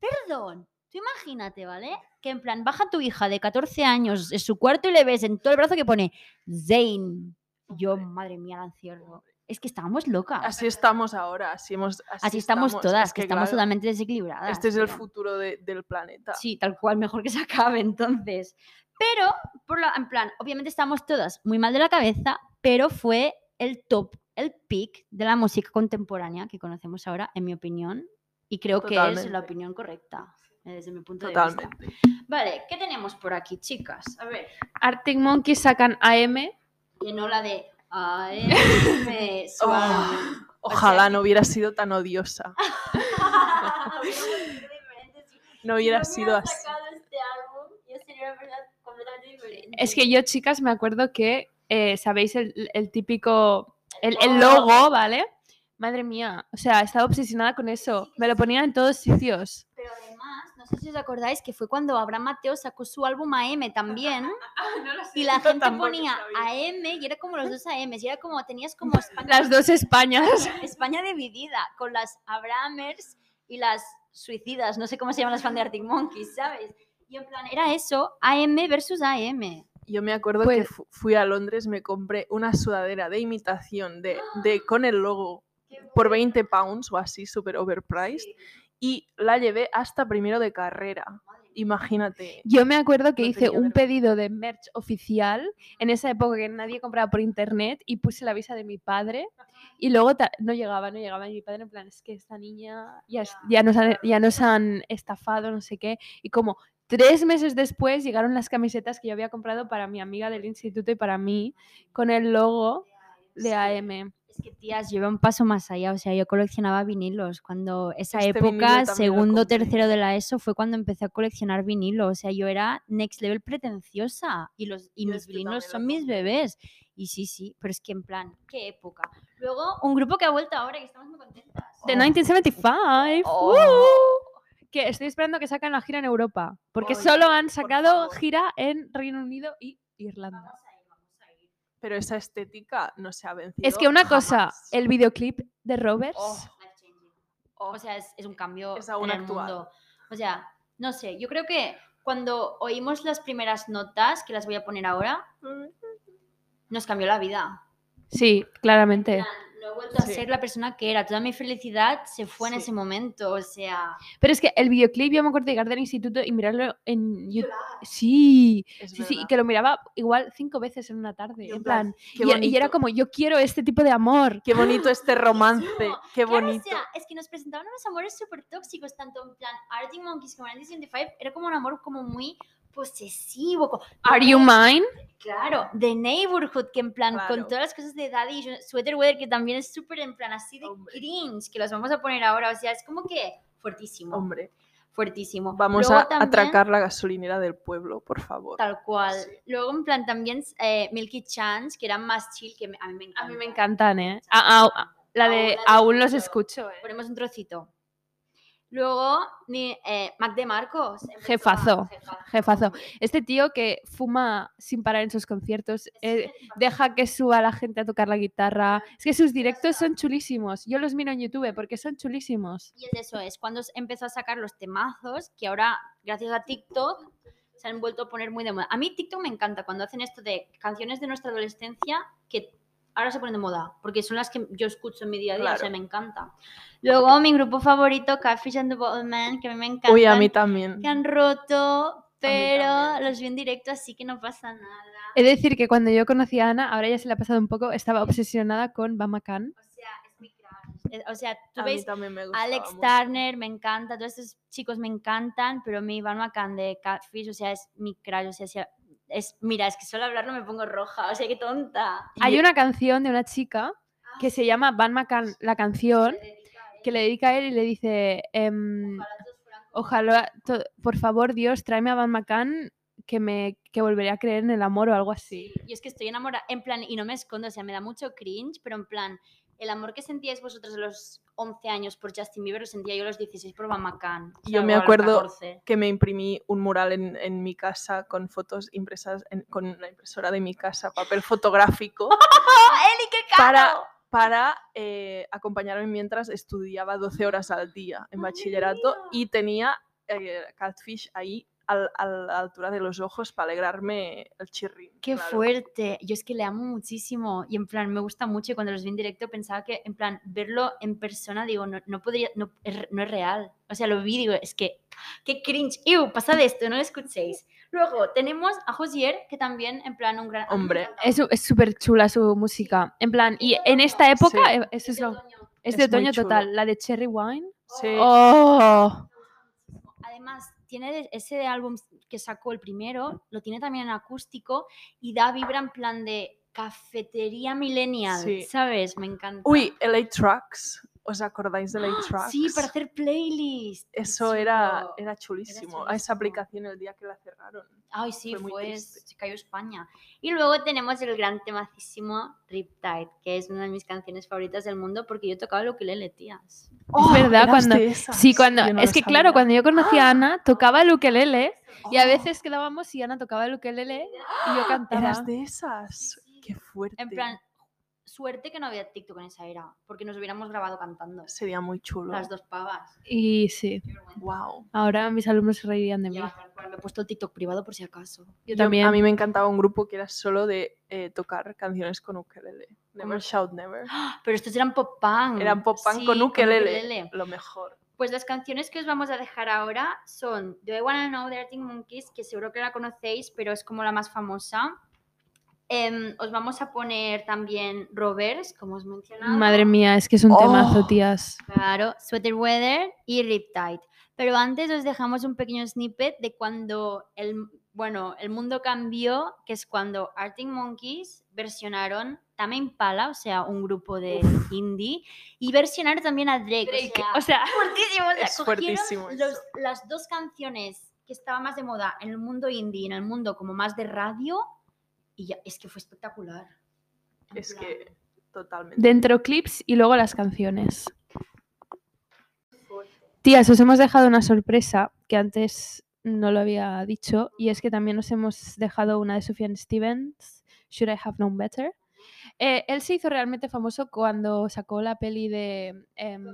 perdón, tú imagínate, ¿vale? Que en plan baja tu hija de 14 años en su cuarto y le ves en todo el brazo que pone Zayn. Y Yo,
Hombre.
madre mía, la encierro. Es que estábamos locas. Así,
Así estamos ahora, así, hemos, así,
estamos, todas,
Es
que, estamos
claro,
totalmente desequilibradas.
Este es el
pero-
futuro de- del planeta.
Sí, tal cual, mejor que se acabe entonces. Pero, por la- en plan, obviamente estamos todas muy mal de la cabeza, pero fue el top, el peak de la música contemporánea que conocemos ahora, en mi opinión, y creo que es
Totalmente.
la opinión correcta, eh, desde mi punto de
Totalmente.
vista. Vale, ¿qué tenemos por aquí, chicas? A ver,
Arctic Monkeys sacan AM.
que no la de... Ay, me
Oh.
suena.
Ojalá no hubiera sido tan odiosa. No hubiera sido así.
este
Es que yo, chicas, me acuerdo que, eh, ¿sabéis el, el típico, el, el logo, ¿vale? Madre mía, o sea, estaba obsesionada con eso. Me lo ponían en todos sitios.
Pero además, no sé si os acordáis que fue cuando Abraham Mateo sacó su álbum AM también y la gente
Tampoco
ponía
sabía.
AM y era como los dos AMs y era como tenías como España,
Las dos Españas.
España dividida con las Abrahamers y las suicidas, no sé cómo se llaman las fans de Arctic Monkeys, ¿sabes? Y en plan, era eso, AM versus AM.
Yo me acuerdo que
Pues-
fu- fui a Londres, me compré una sudadera de imitación de, de con el logo por 20 pounds o así, super overpriced, y la llevé hasta primero de carrera. Imagínate.
Yo me acuerdo que
No
hice
tenía
un
vergüenza.
pedido de merch oficial en esa época que nadie compraba por internet y puse la visa de mi padre y luego ta- no llegaba, no llegaba y mi padre en plan, es que esta niña ya, es- ya, nos han, ya nos han estafado, no sé qué. Y como tres meses después llegaron las camisetas que yo había comprado para mi amiga del instituto y para mí con el logo de AM.
Es Es que, tías, yo iba un paso más allá. O sea, yo coleccionaba vinilos. Cuando esa
Este vinilo
época,
también lo
segundo,
compré.
tercero de la ESO, fue cuando empecé a coleccionar vinilos. O sea, yo era next level pretenciosa. Y, los, y
Yo
mis
es que también
vinilos
lo
son mis
compré.
bebés. Y sí, sí, pero es que en plan, qué época. Luego, un grupo que ha vuelto ahora, que estamos muy contentas.
The
Oh.
1975.
Oh.
¡uh! Que estoy esperando que saquen la gira en Europa. Porque
Oye,
solo han
por
sacado
favor.
gira en Reino Unido y Irlanda.
Vamos a ir, vamos a ir.
Pero esa estética no se ha vencido.
Es que una cosa,
jamás.
el videoclip de Roberts.
Oh,
Life changing.
oh.
O sea, es, es un cambio
Es aún
en el
actual.
mundo. O sea, no sé, yo creo que cuando oímos las primeras notas, que las voy a poner ahora, nos cambió la vida.
Sí, claramente.
No he vuelto a
Sí.
ser la persona que era. Toda mi felicidad se fue en
Sí.
ese momento. O sea,
Pero es que el videoclip yo me acuerdo de llegar del instituto y mirarlo en YouTube.
llorar.
Sí,
es
sí, sí, y
verdad.
que lo miraba igual cinco veces en una tarde.
Y en
en plan,
qué
y- y, era
bonito,
como, yo quiero este tipo de amor.
Qué bonito este romance,
Claro,
qué
Claro,
bonito.
o sea, es que nos presentaban unos amores súper tóxicos, tanto en plan Arctic Monkeys como Andy 75. Era como un amor como muy posesivo. co-
Are you mine?
Claro, The Neighborhood, que en plan,
Claro.
con todas las cosas de Daddy, yo- Sweater Weather, que también es súper en plan así de
Hombre.
cringe, que los vamos a poner ahora. O sea, es como que fuertísimo,
Hombre,
fuertísimo.
vamos
Luego
a
también-
atracar la gasolinera del pueblo, por favor.
Tal cual.
Sí.
Luego, en plan, también eh, Milky Chance, que eran más chill, que me- a mí me encanta.
A mí me encantan, ¿eh? A- a- la de aún los escucho, ¿eh?
Ponemos un trocito. Luego, ni, eh, Mac de Marcos. empezó a-
Jefazo,
jefazo.
jefazo. Este tío que fuma sin parar en sus conciertos, eh,
Es jefazo.
deja que suba la gente a tocar la guitarra. Es que sus directos son chulísimos. Yo los miro en YouTube porque son chulísimos.
Y es eso, es cuando s- empezó a sacar los temazos que ahora, gracias a TikTok, se han vuelto a poner muy de moda. A mí TikTok me encanta cuando hacen esto de canciones de nuestra adolescencia que ahora se ponen de moda, porque son las que yo escucho en mi día a día, o sea,
Claro.
me encanta. Luego, mi grupo favorito, Catfish and the Bottleman, que a mí me encanta.
Uy, a mí también.
Que han roto, pero
también.
los vi en directo, así que no pasa nada.
He de decir que cuando yo conocí a Ana, ahora ya se le ha pasado un poco, estaba obsesionada con Bama Khan.
O sea, es mi crush. Eh, O sea, tú
A mí
veis
también me gustaba
Alex
mucho.
Turner, me encanta, todos estos chicos me encantan, pero mi Iván Macan de Catfish, o sea, es mi crush, o sea, si- es, mira, es que solo hablarlo me pongo roja, o sea, qué tonta.
Y-
Hay una canción de una chica que se llama Bama Khan, la canción,
Eh,
que le dedica a él y le dice, em, ojalá, to- por favor Dios, tráeme a Bama Khan que, me, que volveré a creer en el amor o algo así.
Yo es que estoy enamorada, en plan, y no me escondo, o sea, me da mucho cringe, pero en plan, el amor que sentíais vosotros a los 11 años por Justin Bieber lo sentía yo a los 16 por Iván Macan.
Yo me acuerdo- que me imprimí un mural en, en mi casa con fotos impresas en- con la impresora de mi casa, papel fotográfico,
¡Oh, Eli, qué caro!
para, para eh, acompañarme mientras estudiaba 12 horas al día en
Madre
bachillerato
mía.
y tenía eh, catfish ahí al- a la altura de los ojos para alegrarme el chirrín.
Qué
claro.
fuerte. Yo es que le amo muchísimo y en plan me gusta mucho y cuando los vi en directo pensaba que en plan verlo en persona digo no, no podría no es, re- no es real. O sea, lo vi y digo es que qué cringe. Iu, pasa de esto, no lo escuchéis. Luego tenemos a Josier que también en plan un gran a mí me
Hombre.
encanta.
Es es súper chula su música. En plan, y en esta época,
Sí.
eh, eso es
de
lo...
otoño.
Es de
Es muy
otoño
chulo.
total, la de Cherry Wine.
Sí.
¡Oh!
Además, tiene ese álbum que sacó el primero, lo tiene también en acústico y da vibra en plan de cafetería millennial,
Sí.
¿sabes? Me encanta.
Uy, LA Tracks. ¿Os acordáis de LA Tracks?
Sí, para hacer playlist.
Eso
Sí,
era,
pero-
era chulísimo. A
chulísimo.
esa aplicación el día que la cerraron.
Ay, sí,
fue muy
fue.
triste.
Se cayó España. Y luego tenemos el gran temacísimo Riptide, que es una de mis canciones favoritas del mundo porque yo tocaba lo que le tías.
verdad,
¡Oh! eras
cuando-
de esas.
Sí, cuando.
Yo no
es
lo
que claro,
sabía.
cuando yo conocí a Ana, tocaba el ukelele y a
Oh.
veces quedábamos y Ana tocaba el ukelele y yo cantaba.
Eras de esas.
Sí, sí.
Qué fuerte.
En plan, suerte que no había TikTok en esa era, porque nos hubiéramos grabado cantando.
Sería muy chulo.
Las dos pavas.
Y sí,
Qué vergüenza.
Wow.
ahora mis alumnos se reirían de mí.
Ya, tal cual, Me he puesto el TikTok privado por si acaso.
Yo también.
a mí me encantaba un grupo que era solo de eh, tocar canciones con ukelele.
¿Cómo?
Never Shout Never.
Pero estos eran pop punk.
Eran pop punk
Sí,
con ukelele. Lo mejor.
Pues las canciones que os vamos a dejar ahora son Do I Wanna Know de Arctic Monkeys, que seguro que la conocéis, pero es como la más famosa. Em, os vamos a poner también Roberts, como os mencionaba.
Madre mía, es que es un
Oh.
temazo, tías.
Claro, Sweater Weather y Riptide. Pero antes os dejamos un pequeño snippet de cuando el Bueno, el mundo cambió, que es cuando Arctic Monkeys versionaron Tame Impala, o sea, un grupo de indie, y versionaron también a Drake.
Drake,
o
o sea,
sea, fuertísimo. o sea,
Es
cogieron
fuertísimo
los-
eso.
las dos canciones que estaban más de moda en el mundo indie, en el mundo como más de radio, y ya, es que fue espectacular. En
Es
plan,
que totalmente.
dentro clips y luego las canciones. Tías, os hemos dejado una sorpresa que antes no lo había dicho y es que también nos hemos dejado una de Sufjan Stevens, Should I Have Known Better. Eh, él se hizo realmente famoso cuando sacó la peli de em,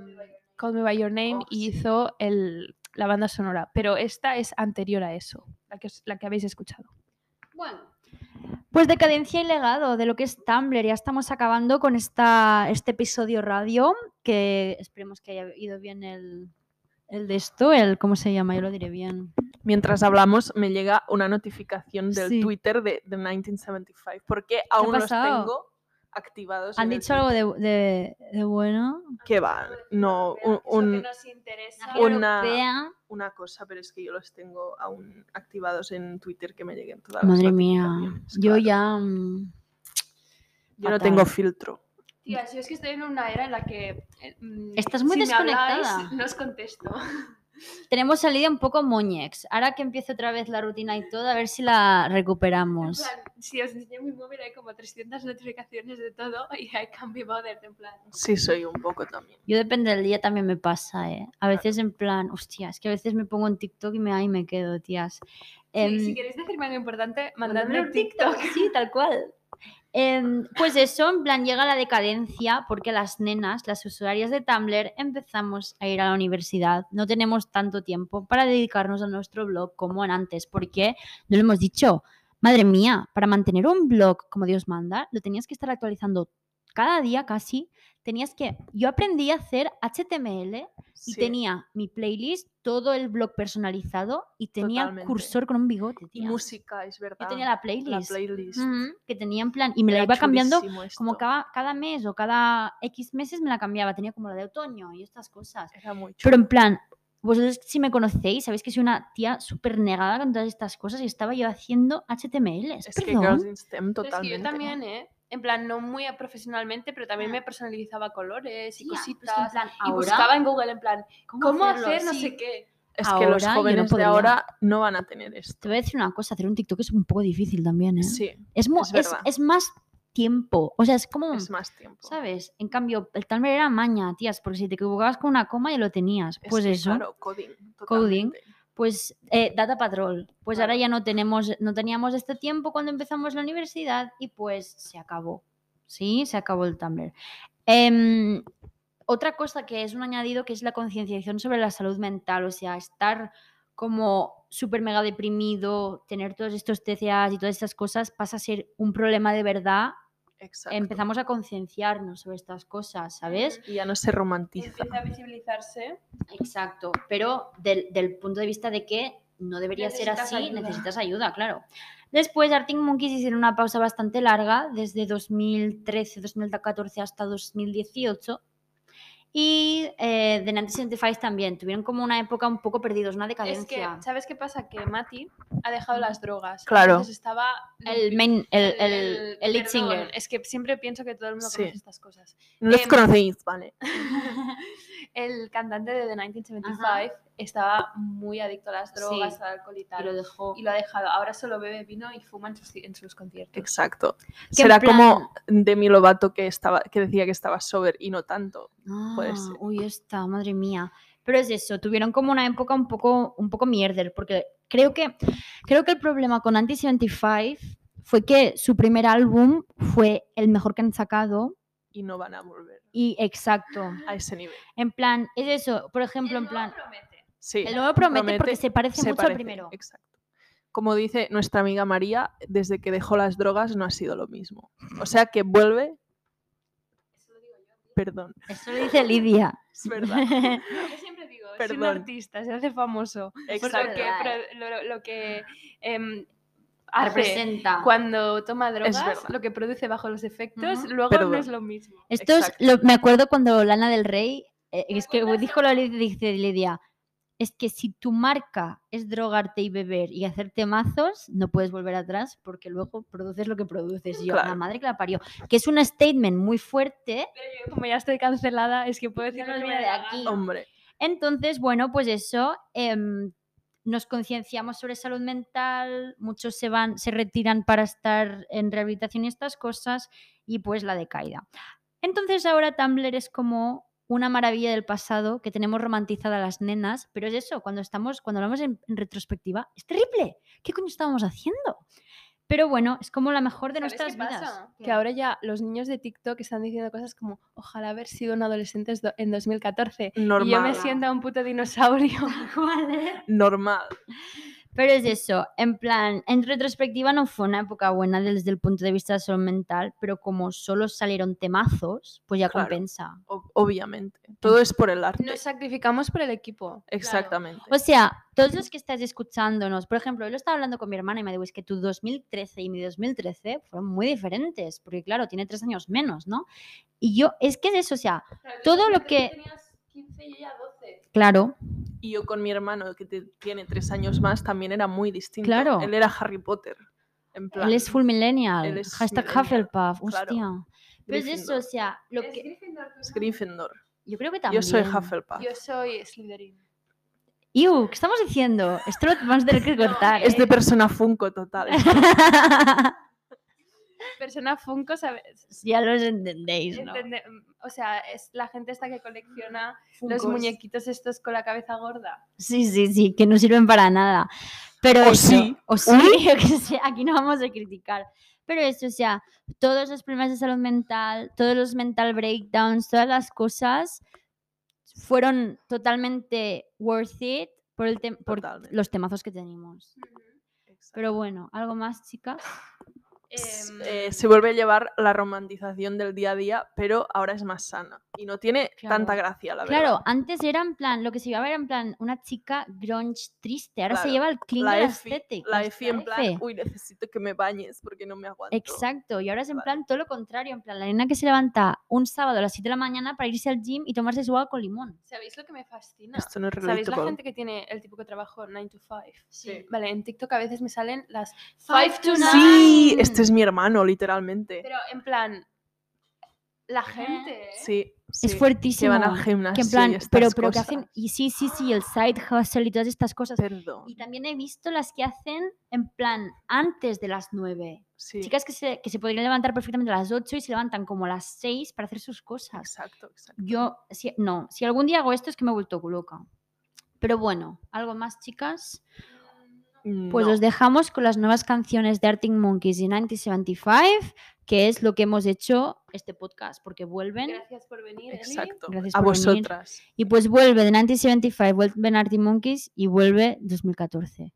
Call Me By Your Name
Oh,
y
sí.
hizo el- la banda sonora, pero esta es anterior a eso, la que, os- la que habéis escuchado.
Bueno. Pues decadencia y legado de lo que es Tumblr. Ya estamos acabando con esta, este episodio radio, que esperemos que haya ido bien el, el de esto, el cómo se llama, yo lo diré bien.
Mientras hablamos, me llega una notificación del
Sí.
Twitter de, de 1975, porque aún los
pasado?
tengo activados.
¿Han
en el
dicho algo de, de- de bueno?
Twitter. Que va, no, un- un- Una-
Europea.
una cosa, pero es que yo los tengo aún activados en Twitter que me lleguen todas las
Madre mía,
notificaciones,
yo
claro.
ya... mm,
Yo no
fatal.
tengo filtro.
Tías, yo es que estoy en una era en la que... eh, mm,
Estás muy si me habláis, desconectada.
no os contesto.
Tenemos salida un poco moñex. Ahora que empiece otra vez la rutina y todo, a ver si la
En
recuperamos.
plan, si os enseño mi móvil hay como 300 notificaciones de todo y I can be bothered, en plan.
Sí, soy un poco también.
Yo depende del día también me pasa, ¿eh? A veces en plan, hostia, es que a veces me pongo en TikTok y me, ahí me quedo, tías.
Sí,
Em,
si queréis decirme algo importante,
mandadme
mandadme un TikTok.
Sí, tal cual. Em, pues eso, en plan, llega la decadencia porque las nenas, las usuarias de Tumblr, empezamos a ir a la universidad. No tenemos tanto tiempo para dedicarnos a nuestro blog como en antes, porque no lo hemos dicho. Madre mía, para mantener un blog como Dios manda, lo tenías que estar actualizando cada día casi. Tenías que. Yo aprendí a hacer HTML y
sí.
tenía mi playlist, todo el blog personalizado y tenía
Totalmente.
el cursor con un bigote.
Y
tía.
música, es verdad.
Yo tenía la
Ah, La
playlist.
playlist.
Ujú, que tenía en plan. Y me la
Era
iba cambiando
chulísimo esto.
como cada, cada mes o cada X meses me la cambiaba. Tenía como la de otoño y estas cosas.
Era muy
Pero
chulo.
en plan, vosotros si me conocéis, sabéis que soy una tía súper negada con todas estas cosas y estaba yo haciendo HTML.
Es que Girls
Perdón.
in STEM totalmente.
yo también, ¿eh? En plan, no muy profesionalmente, pero también
Ah.
me personalizaba colores y
Tía, pues que en
cositas.
plan,
y
ahora,
buscaba en Google, en plan, ¿cómo
hacerlo?
hacer no
Sí.
sé qué?
Es que los
Ahora yo no
jóvenes de
podría.
ahora no van a tener
Te
esto.
voy a decir una cosa, hacer un TikTok es un poco difícil también, ¿eh?
Sí,
es, mo-
es
es,
verdad.
es más tiempo. O sea, es como...
es más tiempo.
Mm. ¿Sabes? En cambio, el Tumblr era maña, tías, porque si te equivocabas con una coma ya lo tenías.
Es
Pues
que,
eso.
Claro, coding.
Coding.
totalmente.
Pues eh, Data Patrol. Pues ahora
Claro.
ya no tenemos, no teníamos este tiempo cuando empezamos la universidad y pues se acabó. Sí, se acabó el Tumblr. Em, otra cosa que es un añadido que es la concienciación sobre la salud mental, o sea, estar como súper mega deprimido, tener todos estos TCAs y todas estas cosas pasa a ser un problema de verdad.
Exacto.
Empezamos a concienciarnos sobre estas cosas, ¿sabes?
Y ya no se romantiza.
Em-
Empieza a visibilizarse.
Exacto, pero del, del punto de vista de que no debería
Necesitas
ser así,
ayuda.
necesitas ayuda, claro. Después, Arctic Monkeys hicieron una pausa bastante larga, desde 2013-2014 hasta 2018. Y eh, The 1975 también, tuvieron como una época un poco perdidos, una
Es que,
decadencia.
¿sabes qué pasa? Que Mati ha dejado las drogas.
Claro.
Entonces estaba...
El main, el, el, el lead
perdón,
singer.
Es que siempre pienso que todo el mundo
Sí.
conoce estas cosas.
No los
Em,
conocéis, ¿vale?
el cantante de The 1975 estaba muy adicto a las drogas,
Sí.
al alcohol y
Y lo
tal.
dejó.
Y lo ha dejado. Ahora solo bebe vino y fuma en sus, en sus conciertos.
Exacto.
Que en
Será
plan-
como Demi Lovato que, estaba, que decía que estaba sober y no tanto. puede
Ah,
ser.
Uy, esta, madre mía. Pero es eso, tuvieron como una época un poco, un poco mierder, porque creo que, creo que el problema con Anti-75 fue que su primer álbum fue el mejor que han sacado
Y no van a volver
y exacto.
a ese nivel.
En plan, es eso, por ejemplo, en plan,
Sí.
el nuevo promete, porque se parece
se
mucho
parece,
al primero.
Exacto. Como dice nuestra amiga María, desde que dejó las drogas no ha sido lo mismo. O sea que vuelve. Perdón,
Eso lo dice Lidia.
es verdad.
Yo siempre digo, es un
Perdón.
artista, se hace famoso. Por lo
Exacto.
que,
verdad,
pro- lo, lo que em, hace
Representa.
cuando toma drogas,
verdad.
lo que produce bajo los efectos,
Ujú.
luego no
Perdón.
es lo mismo.
Esto es
Exacto.
lo- me acuerdo cuando Lana del Rey, eh,
¿Te
es que
acuerdas?
dijo la Lidia, dice Lidia, es que si tu marca es drogarte y beber y hacerte mazos, no puedes volver atrás porque luego produces lo que produces. Y Yo,
Claro.
la madre que la parió. Que es un statement muy fuerte.
Pero yo, como ya estoy cancelada, es que puedo decir
Ya nos
lo que
viene
me
de
da la
aquí.
gana.
Hombre,
Entonces, bueno, pues eso, em, nos concienciamos sobre salud mental, muchos se van, se retiran para estar en rehabilitación y estas cosas, y pues la decaída. Entonces ahora Tumblr es como una maravilla del pasado que tenemos romantizada a las nenas, pero es eso, cuando estamos, cuando hablamos en, en retrospectiva, es terrible. ¿Qué coño estábamos haciendo? Pero bueno, es como la mejor de
¿Sabes
nuestras
qué
vidas.
pasa?
¿Qué?
Que ahora ya los niños de TikTok están diciendo cosas como ojalá haber sido un adolescente es do- en 2014. Y yo me
normal.
Normal.
siento un puto dinosaurio.
¿Cuál es?
Normal.
Pero es eso, en plan, en retrospectiva no fue una época buena desde el punto de vista de salud mental, pero como solo salieron temazos, pues ya
Claro.
compensa.
o- obviamente. Todo es por el arte.
Nos sacrificamos por el equipo.
Exactamente.
O sea, todos los que estáis escuchándonos, por ejemplo, yo lo estaba hablando con mi hermana y me dijo, es que tu 2013 y mi 2013 fueron muy diferentes, porque claro, tiene tres años menos, ¿no? Y yo, es que es eso, o sea, Todo lo que- claro,
Y yo con mi hermano, que te- tiene tres años más, también era muy distinto.
Claro.
Él era Harry Potter. En plan,
él es full millennial,
él es
hashtag
millennial,
Hufflepuff, hostia.
claro.
Pero es pues eso,
Gryffindor.
o sea, lo que,
Es Gryffindor.
yo creo que también...
Yo soy Hufflepuff.
Yo soy Slytherin.
Iu, ¿qué estamos diciendo? Esto lo vamos a tener que
No,
cortar. ¿eh?
es
Es de persona Funko total.
Persona Funko, ¿sabes?
ya los entendéis, ¿no?
Entende- mm, O sea, es la gente esta que colecciona los
Funkos.
muñequitos estos con la cabeza gorda.
Sí, sí, sí, que no sirven para nada. Pero
O
eso-
sí.
o sí, o que sea, aquí no vamos a criticar. Pero eso, o sea, todos los problemas de salud mental, todos los mental breakdowns, todas las cosas fueron totalmente worth it por, el tem- por
Totalmente.
los temazos que tenemos. Pero bueno, ¿algo más, chicas?
S-
Em,
eh, se vuelve a llevar la romantización del día a día, pero ahora es más sana. Y no tiene
Claro.
tanta gracia, la
Claro,
verdad.
antes era en plan, lo que se llevaba era en plan una chica grunge triste, ahora se
Claro,
lleva el clean
La
de la
Efi,
estética.
la Efi en plan,
F.
uy, necesito que me bañes porque no me aguanto.
Exacto, y ahora es en
Vale.
plan todo lo contrario, en plan la nena que se levanta un sábado a las 7 de la mañana para irse al gym y tomarse su agua con limón.
¿Sabéis lo que me fascina?
Esto no es
¿Sabéis la
relatable.
gente que tiene el típico trabajo 9 to 5?
Sí.
Vale, en TikTok a veces me salen las
Five
5
to
to 9.
Sí,
Nine.
este es mi hermano, literalmente.
Pero en plan, la gente.
Sí,
Es
sí, Que
fuertísimo.
van al
que
gimnasio.
en plan,
y estas
pero, pero que
cosas.
hacen, y sí, sí, sí, el side hustle y todas estas cosas.
Perdón.
Y también he visto las que hacen en plan antes de las 9.
Sí,
Chicas que se, que se podrían levantar perfectamente a las 8 y se levantan como a las 6 para hacer sus cosas.
exacto, exacto.
Yo, si, no, si algún día hago esto es que me he vuelto loca. Pero bueno, algo más, chicas. Pues
No,
os dejamos con las nuevas canciones de Arctic Monkeys y 1975, que es lo que hemos hecho este podcast, porque vuelven.
Gracias por venir. Eli.
exacto.
Gracias
A
por venir.
vosotras.
Y pues vuelve de 1975, vuelven Arctic Monkeys y vuelve 2014.